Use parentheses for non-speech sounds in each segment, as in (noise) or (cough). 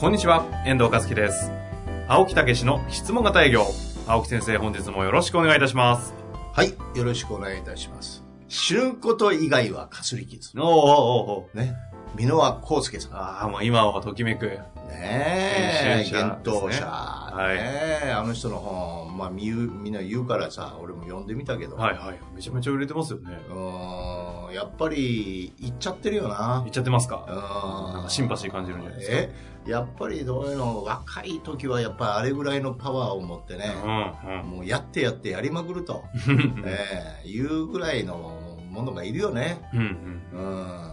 こんにちは、遠藤和樹です。青木武の質問型営業。青木先生、本日もよろしくお願いいたします。はい。よろしくお願いいたします。知ること以外はかすり傷。おーおーおーおーね。美濃和康介さああ、もう今はときめく。ん。ねえ。編集者幻冬です者。ねねはいえ。あの人の本、まあ、みゆみんな言うからさ、俺も読んでみたけど。はいはい。めちゃめちゃ売れてますよね。うーん。やっぱり、行っちゃってるよな行っ。ちゃってますうかーなんかシンパシー感じるんじゃないですかえやっぱりどういうの、若い時はやっぱりあれぐらいのパワーを持ってねう、んもうやってやってやりまくる (laughs) と、うん。ええいうぐらいのものがいるよね。うんうん。うん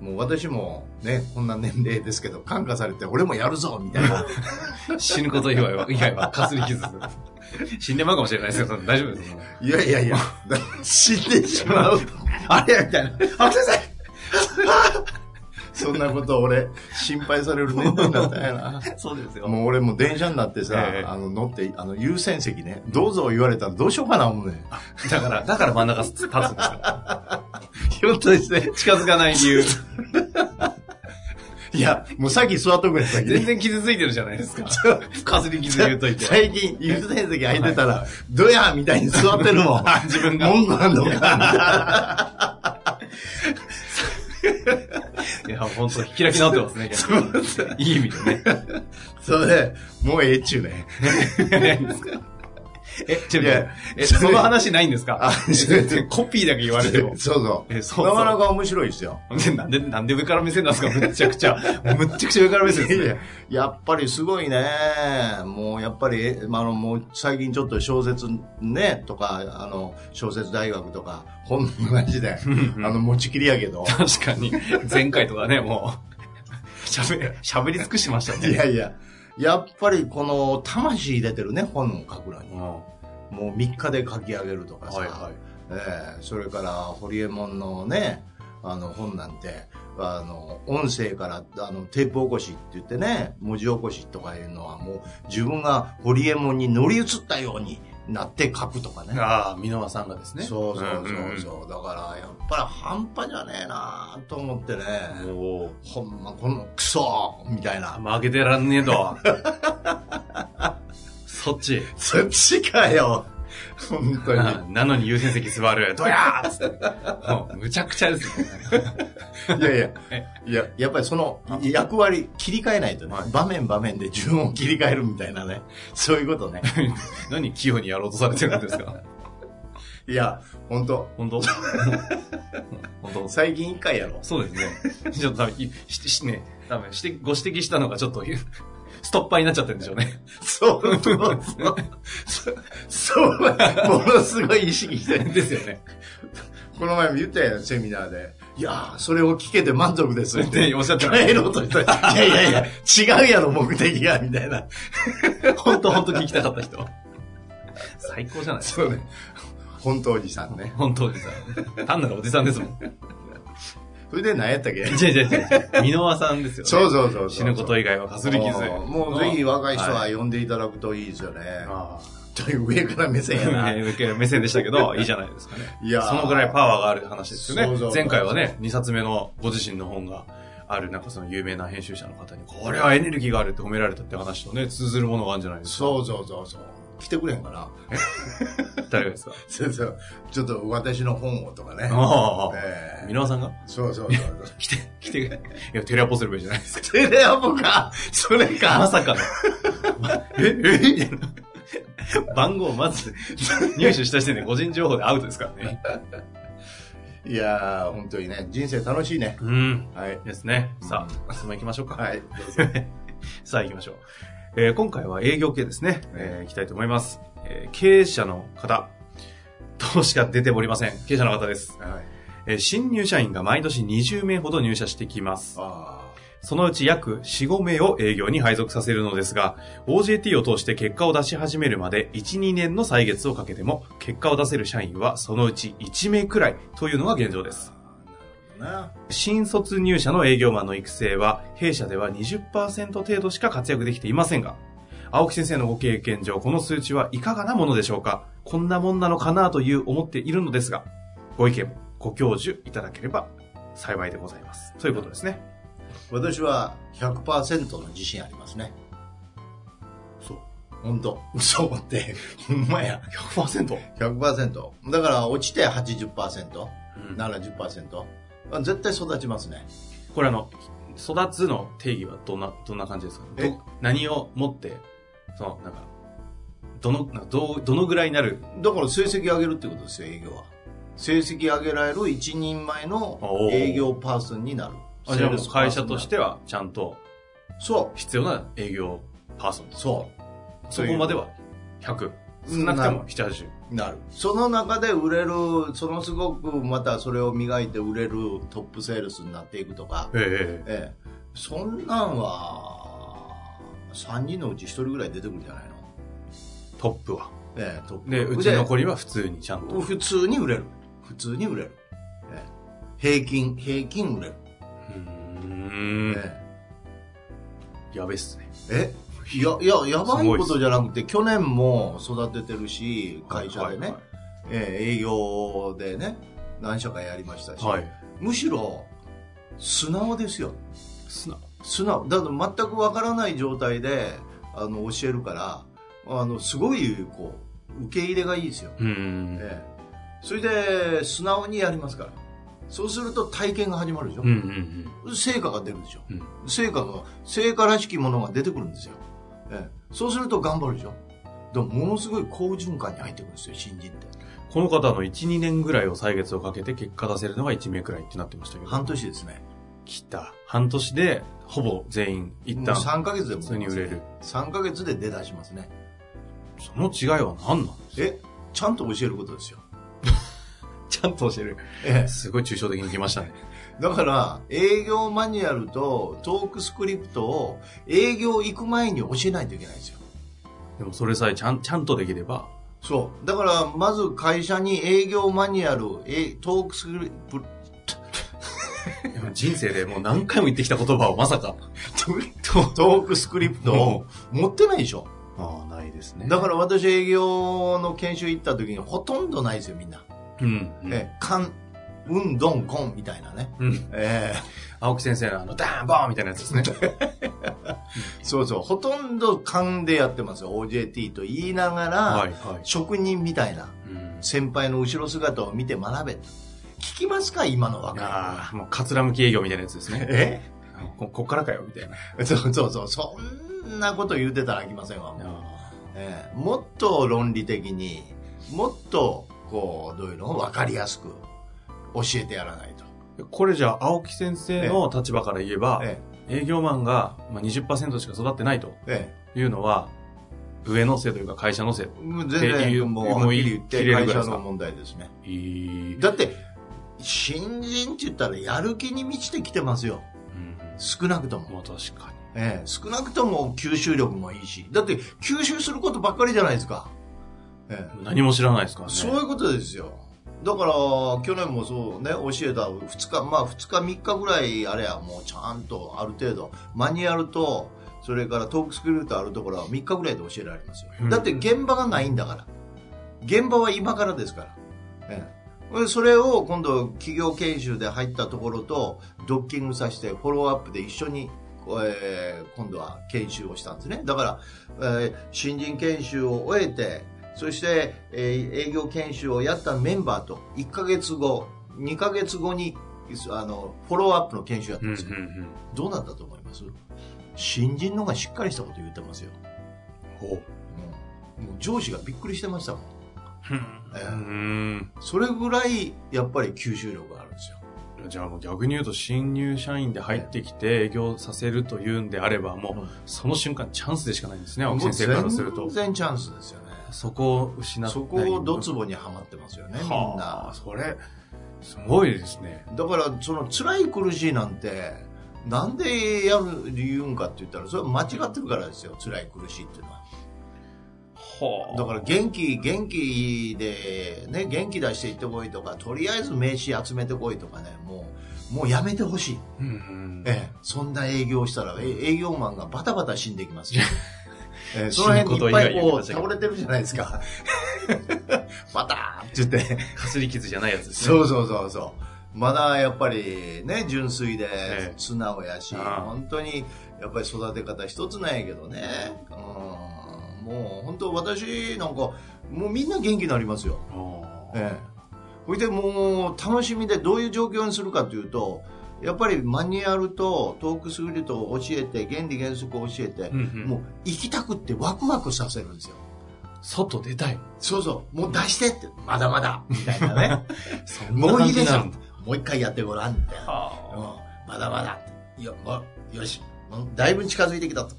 もう私もね、こんな年齢ですけど、感化されて、俺もやるぞみたいな。 (laughs) 死ぬこと以外は、以外はかすり傷。死んでまうかもしれないですけど、大丈夫です。いやいやいや、死んでしまう。あれみたいな。あ、先生そんなこと俺、心配される年代になったんやな。そうですよ。もう俺も電車になってさ、ええあの乗って、あの優先席ね、どうぞ言われたらどうしようかな思うねん。だから、だから真ん中立つんですよ。ひょっとして。近づかない理由。 (laughs) いや、もうさっき座っとくれ (laughs) た全然傷ついてるじゃないです (laughs) か。かすり傷言うといて。最近優先席空いてたら、どやみたいに座ってるもん。 (laughs) 自分が。もんなんの (laughs) か。いや、本当開き直ってますね逆に。いい意味でね。それで、もうええっちゅうね。ないんですかえ、ちょっいとや、え、その話ないんですか (laughs) あちょっとえコピーだけ言われても。 (laughs) そうそう。えそうそうなかなか面白いですよ。でなんで、なんで上から目線なんですかむっちゃくちゃ。むっちゃくちゃ上から目線ですね。やっぱりすごいね。もうやっぱり、えまあ、あの、もう最近ちょっと小説ね、とか、あの、小説大学とか、本の話で、あの、持ちきりやけ (laughs) ど。確かに。前回とかね、もう、喋、喋り尽くしてましたいやね。いや。やっぱりこの魂入れてるね、本を書くのにう。んはもう3日で書き上げるとかいさ。はえーそれからホリエモンのねあの本なんてあの音声からあのテープ起こしって言ってね文字起こしとかいうのはもう自分がホリエモンに乗り移ったようになって書くとかねい。ああ、箕輪さんがですね。そうそうそううそう、だからやっぱり半端じゃねえなと思ってね、んうんうん。も、ほんまこのクソみたいうな負けてらんねえと。 (laughs) そっち。そっちかよ本当にななのに優先席座る。どやーっつって。もうむちゃくちゃですね。いやいやえ、いや、やっぱりその役割切り替えないとね、はい場面場面で順を切り替えるみたいなね、 (laughs) そういうことね。何器用にやろうとされてるんですかいや、本当 (laughs) 本当 (laughs) 本当最近一回やろう。 (laughs) そうですね。ちょっと多分、いししね、多分してご指摘したのがちょっと、 (laughs) ストッパーになっちゃってるんでしょうね。そう、そう、そう、そう、ものすごい意識して。 (laughs) ですよね。この前も言ったやん、セミナーで。いやー、それを聞けて満足ですっでて。おっしゃってました帰ろうとしたら、いやいやいや、違うやろ、目的が、みたいな。本当本当聞きたかった人。最高じゃないですか。そうね。本当おじさんね。本当おじさん。単なるおじさんですもん。それで何やったっけ違う違う違う。箕輪さんですよね。そうそうそうそう死ぬこと以外はかすり傷。もうぜひ若い人はは呼んでいただくといいですよね。あという上から (laughs) 目線やあ。 (laughs) な。ね目線でしたけ (laughs) ど、いいじゃないですかね。いやーそのぐらいパワーがある話ですよそねうそう。前回はね、2冊目のご自身の本がある、なんかその有名な編集者の方に、これはエネルギーがあるって褒められたって話とね、通ずるものがあるんじゃないですか。そうそうそうそう。来てくれへんかな。誰がですか (laughs) そうそう。ちょっと私の本をとかね。ああ。ええ箕輪さんがそうそうそう。 (laughs) 来て、来て、いや、テレアポすればいいじゃないですか。テレアポか。それまか。さかの。え、えみたいな番号をまず入手した時点で個人情報でアウトですからね。いやー、本当にね、人生楽しいね。うん。はい。ですね。さあ、質問行きましょうか。はい。 (laughs) さあ行きましょう。えー今回は営業系ですね。えー行きたいと思います。えー経営者の方。としか出ておりません。経営者の方です。はい。えー新入社員が毎年20名ほど入社してきます。あそのうち約4、5名を営業に配属させるのですが、OJT を通して結果を出し始めるまで1、2年の歳月をかけても、結果を出せる社員はそのうち1名くらいというのが現状です。な新卒入社の営業マンの育成は、弊社では20%程度しか活躍できていませんが、青木先生のご経験上、この数値はいかがなものでしょうかこんなもんなのかなという思っているのですが、ご意見、ご教授いただければ幸いでございます。ということですね。私は100%の自信ありますねそう本当嘘思ってほんまや 100%? 100%だから落ちて80%、70%あ絶対育ちますねこれあの、育つの定義はどんな、どんな感じですかえど何を持って、その、なんか、どの、なんかどう、どのぐらいになるだから成績上げるってことですよ営業は成績上げられる一人前の営業パーソンになるあじゃあもう会社としてははちゃんとそ必要な営業パーソンうそそこまでは100少なくても780うなるその中で売れるそのすごくまたそれを磨いて売れるトップセールスになっていくとか、ええええ、そんなんは3人のうち1人ぐらい出てくるんじゃないのトップはええトップでうち残りは普通にちゃんと普通に売れる普通に売れる、ええ、平均平均売れうる、んええやべっすねえいや、いや、やばいことじゃなくて、去年も育ててるし、会社でね、えー営業でね、何社かやりましたし、はい、はい、むしろ、素直ですよ。素直素直。だって全くわからない状態で、あの、教えるから、あの、すごい、こう、受け入れがいいですよ。うんええそれで、素直にやりますから。そうすると体験が始まるでしょうんう。ん成果が出るでしょ。うん成果が、成果らしきものが出てくるんですよ。ええ、そうすると頑張るでしょ。でも、ものすごい好循環に入ってくるんですよ、新人って。この方の12年ぐらいを歳月をかけて結果出せるのが1名くらいってなってましたけど半年ですね。来た半年でほぼ全員一もう旦3ヶ月で普通に売れる3ヶ月で出だしますね。その違いは何なのえ、ちゃんと教えることですよ。ちゃんと教えるえすごい抽象的に来ましたねえ、だから、営業マニュアルとトークスクリプトを営業行く前に教えないといけないんですよ。でもそれさえちゃんちゃんとできれば、そう。だから、まず会社に営業マニュアル、えトークスクリプト、人生でもう何回も言ってきた言葉をまさか。トー (laughs) クスクリプトを持ってないでしょ。ああ、ないですねだから私営業の研修行った時にほとんどないですよ、みんな。うん、うんえ、かん、うん、どん、こんみたいなね。うん。え青木先生のあの、ダーンボーンみたいなやつですね。ーそうそう。ほとんど勘でやってますよ、OJT と言いながら、はい、は。職人みたいないうん、先輩の後ろ姿を見て学べと。聞きますか、今の若い子ああ、もう、かつらむき営業みたいなやつですね。えここっからかよ、みたいな。 (laughs) そうそうそう。そんなこと言うてたらあきませんわ。あえーもっと論理的にもっとこうどういうの分かりやすく教えてやらないと、ーこれじゃあ、青木先生の立場から言えば、え営業マンがまあ20%しか育ってないとええいうのは、上のせいというか会社のせえもえう全言う然もうもうはっきり言っ切てれる会ぐらいで社すかの問題ですねい。いい。だって新人って言ったらやる気に満ちてきてますようん。少なくとも、まあ確かに。ええ少なくとも吸収力もいいしだって吸収することばっかりじゃないですか、ええ何も知らないですからね。そういうことですよ。だから、去年もそうね、教えた2日、まあ2日3日ぐらいあれや、もうちゃんとある程度、マニュアルと、それからトークスクリプトあるところは3日ぐらいで教えられますよ。うんだって現場がないんだから。現場は今からですから。ええそれを今度企業研修で入ったところとドッキングさせてフォローアップで一緒に、えー今度は研修をしたんですね。だから、えー新人研修を終えて、そして、えー営業研修をやったメンバーと1ヶ月後、2ヶ月後にあのフォローアップの研修やったうんん、うですよ。ん、どうなったと思います新人のがしっかりしたこと言ってますよ。うん。ほう。うんもう上司がびっくりしてましたもん。ええうん。それぐらいやっぱり吸収力があるんですよ。じゃあもう逆に言うと新入社員で入ってきて営業させるというんであればもうその瞬間チャンスでしかないんですね、青木先生からするもとう。全然チャンスですよね。そこを失って。そこをドツボにはまってますよね、みんはなあ、。それ、すごいですね。だから、その辛い苦しいなんて、なんでやる理由かって言ったらそれは間違ってるからですよ辛い苦しいっていうのははだから元気元気でね元気出していってこいとかとりあえず名刺集めてこいとかねもうもうやめてほしい、うんうんええ、そんな営業したらえ営業マンがバタバタ死んでいきますよええ死そのぬこ辺とに以外いっぱ言いいこまうしたけど倒れてるじゃないで (laughs) すかバターって言ってかすり傷じゃないやつですね。そうそうそうそう。まだやっぱりね、純粋えでえ素直やし、ああ本当にやっぱり育て方一つなんやけどね。うん、もう本当私なんか、もうみんな元気になりますよ。あーええ。ほいでもう楽しみでどういう状況にするかというと、やっぱりマニュアルとトークスキルと教えて、原理原則を教えてう、んうんもう行きたくってワクワクさせるんですよ。外出たい。そうそう、もう出してって、まだま (laughs) だ、みたいなね。そんなもう感いいじでにしなょるんだ。もう一回やってごらんって。はまだまだ。いや、もうよし。もうだいぶ近づいてきたと。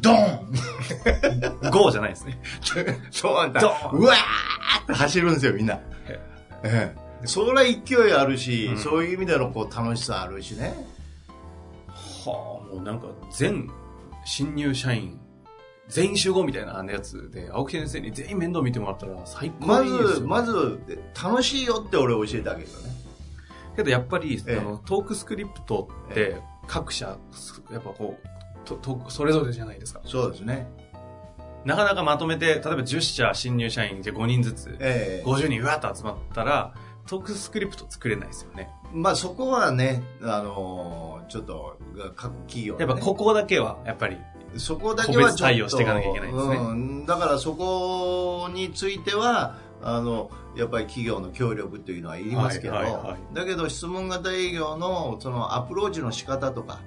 ドーンあ。ゴーじゃないですね。そうなんだ。ドドーーンンうわーって走るんですよ、みんな。へええ、そりゃ勢いあるし、うんそういう意味でのこう楽しさあるしね。はあ、もうなんか全新入社員、全員集合みたいなあのやつで、青木先生に全員面倒見てもらったら最高まにいいですず、よ。まず、楽しいよって俺教えてあげるよね。けどやっぱり、ええあのトークスクリプトって各社、やっぱこう、ととそれぞれじゃないですか。そうですね。なかなかまとめて、例えば10社新入社員で5人ずつ、ええ50人うわっと集まったら、トークスクリプト作れないですよね。まあそこはね、あのーちょっと、各企業、ね。やっぱここだけは、やっぱり。そこだけはちょ個っと別対応していかなきゃいけないですねうん、だからそこについてはあのやっぱり企業の協力というのはいりますけど、はいはいはだけど質問型営業のそのアプローチの仕方とか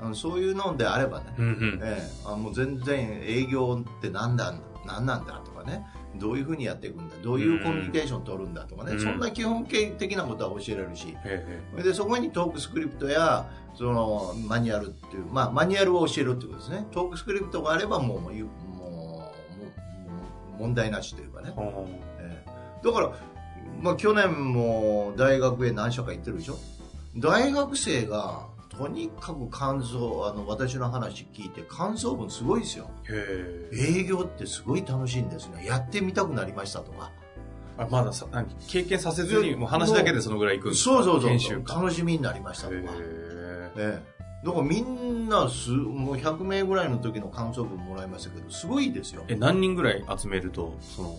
うんそういうのであればね、うんうん。ええ、あもう全然営業って何なんだ何なんだとかねどういうふうにやっていくんだどういうコミュニケーション取るんだとかね、うんそんな基本形的なことは教えられるし、えでそこにトークスクリプトやそのマニュアルっていう、まあ、マニュアルを教えるってことですねトークスクリプトがあればもうもうもうもう問題なしというかねえ、はええだから、まあ、去年も大学へ何社か行ってるでしょ大学生がとにかく感想あの私の話聞いて感想文すごいですよあへえ。営業ってすごい楽しいんですねやってみたくなりましたとかあまださ何経験させずに、もう話だけでそのぐらい行くんですかそうそうそう研修か。楽しみになりましたとへかえ。ええ、だからみんなすもう100名ぐらいの時の感想文もらいましたけどすごいですよえ、何人ぐらい集めると、その、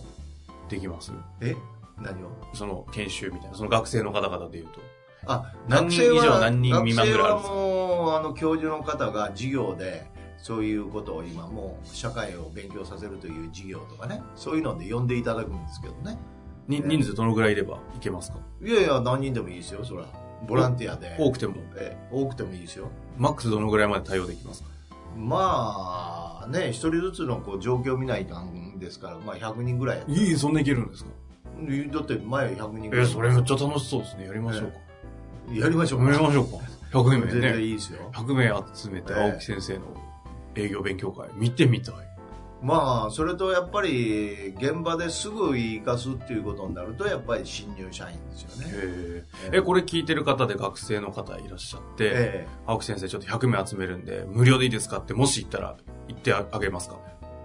できますえ何をその研修みたいな、その学生の方々で言うと。あ何人以上何人未満ぐらいあるん学です生かはもうあの教授の方が授業でそういうことを今もう社会を勉強させるという授業とかねそういうので呼んでいただくんですけどねに人数どのぐらいいればいけますかいやいや何人でもいいですよそらボランティアで多くても、ええ多くてもいいですよマックスどのぐらいまで対応できますかまあね一人ずつのこう状況見ないとあんですから、まあ、100人ぐらいやったらいい、そんないけるんですかだって前100人ぐらいえ、それめっちゃ楽しそうですね。やりましょうか。やりましょうやりましょうか。100名全然ね。いいですよ。 100名集めて、ええ青木先生の営業勉強会、見てみたい。まあ、それとやっぱり、現場ですぐ生かすっていうことになると、やっぱり新入社員ですよね。へええ、これ聞いてる方で学生の方いらっしゃって、え青木先生ちょっと100名集めるんで、無料でいいですかって、もし言ったら、言ってあげますか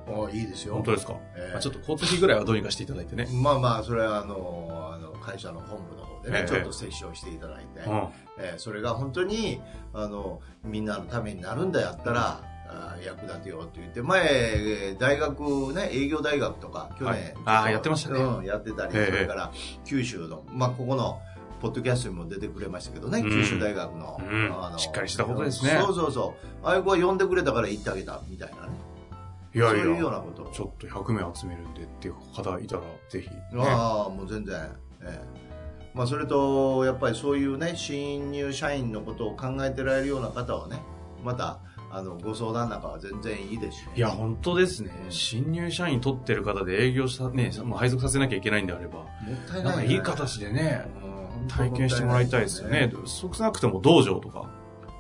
えあいいですよ。本当ですか、ええまあちょっと交通費ぐらいはどうにかしていただいてね。まあまあ、それはあの、あの会社の本部の方でね、ええちょっと接種をしていただいうて、ん。ええそれが本当に、あの、みんなのためになるんだやったら、あ役立てようって言って、前、ええ大学ね、営業大学とか、去年、はいああやってましたねうん、やってたり、そええれから九州の、まあ、ここの、ポッドキャストにも出てくれましたけどね、うん九州大学の,、うんしっかりしたことですねそうそうそう。ああいう子は呼んでくれたから行ってあげた、みたいなね。いやいそういうようや、なことを。ちょっと100名集めるんでっていう方いたら、ぜひ、ね。ああ、もう全然。ええまあ、それと、やっぱりそういうね、新入社員のことを考えてられるような方はね、また、あの、ご相談なんかは全然いいですし、ね。いや、本当ですね。新入社員取ってる方で営業した、ね、もう配属させなきゃいけないんであれば、もったいななんい、かね。いい形でね、うん体験してもらいたいですよね。。少なくとも道場とか、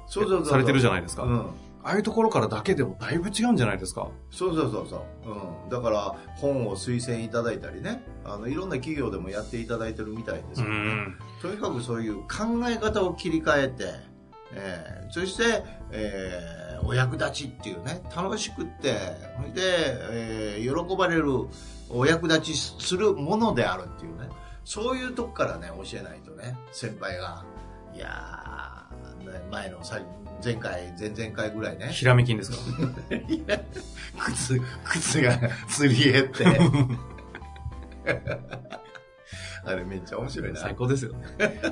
そうそうそうそう。されてるじゃないですか。うん。ああいうところからだけでもだいぶ違うんじゃないですか。そうそうそうそう。うん。だから、本を推薦いただいたりね、あの、いろんな企業でもやっていただいてるみたいですけどね。とにかくそういう考え方を切り替えて、えーそして、えーお役立ちっていうね楽しくってほいで、えー喜ばれるお役立ちするものであるっていうねそういうとこからね教えないとね先輩がいやーね前のさ前回前々回ぐら (laughs) いねひらめきんですか靴靴がすり減って (laughs) あれめっちゃ面白いな最高ですよね。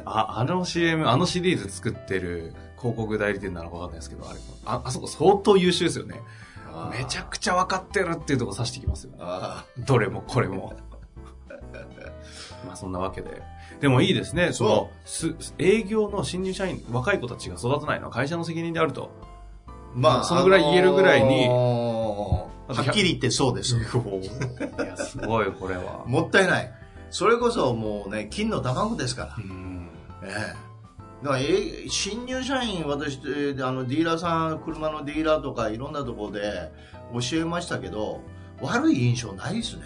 あ、あの CM、あのシリーズ作ってる広告代理店なのかわかんないですけど、あれ、あ、あそこ相当優秀ですよね。あーめちゃくちゃ分かってるっていうとこ指してきますよね。あどれもこれも。 (laughs) まあそんなわけで。でもいいですね。その、す営業の新入社員、若い子たちが育たないのは会社の責任であると。ーまそのぐらい言えるぐらいにあのーはっきり言ってそ (laughs) うですいや、すごい、これは。もったいない。それこそもうね、金の卵ですかうん。ら。ええ。だから、えー新入社員、私、えーあの、ディーラーさん、車のディーラーとか、いろんなところで教えましたけど、悪い印象ないですね。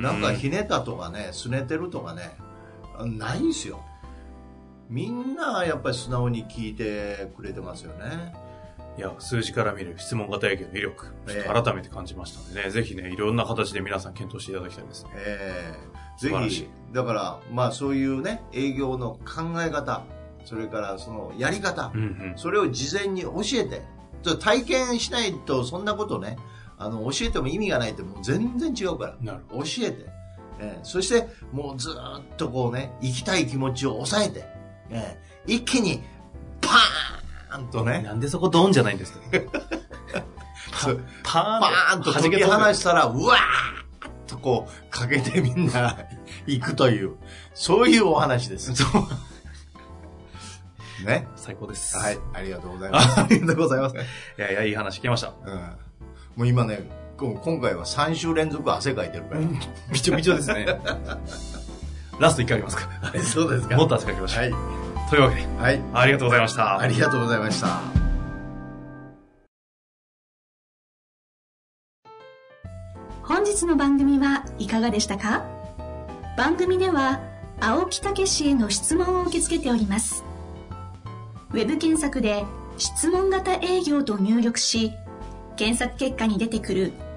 なんかひねったとかね、すねてるとかね、あないんすよ。みんな、やっぱり素直に聞いてくれてますよね。いや、数字から見る質問型営業の威力、ちょっと改めて感じましたんでね、ぜひね、いろんな形で皆さん検討していただきたいですね。ええ素晴らぜしいひだからまあそういうね営業の考え方それからそのやり方、うんうん。それを事前に教えてちょっと体験しないとそんなことねあの教えても意味がないってもう全然違うからなるほど。教えて、ええそしてもうずーっとこうね行きたい気持ちを抑えて、ええ一気にパーンとねなんでそこドンじゃないんですかそうパパーンと解き放したら、うわーっとこう、かけてみんな行くという、そういうお話です。ね。最高です。はいい。、ありがとうございます。ありがとうございます。いやいや、いい話聞けました。うん、もう今ね、こ今回は3週連続汗かいてるから。びちょびちょですね。 (laughs) ラスト一回ありますかはい (laughs) そうですもっと汗かきましょう。はい。というわけで、はい。ありがとうございました。ありがとうございました。本日の番組はいかがでしたか番組では青木武氏への質問を受け付けておりますウェブ検索で「質問型営業」と入力し検索結果に出てくる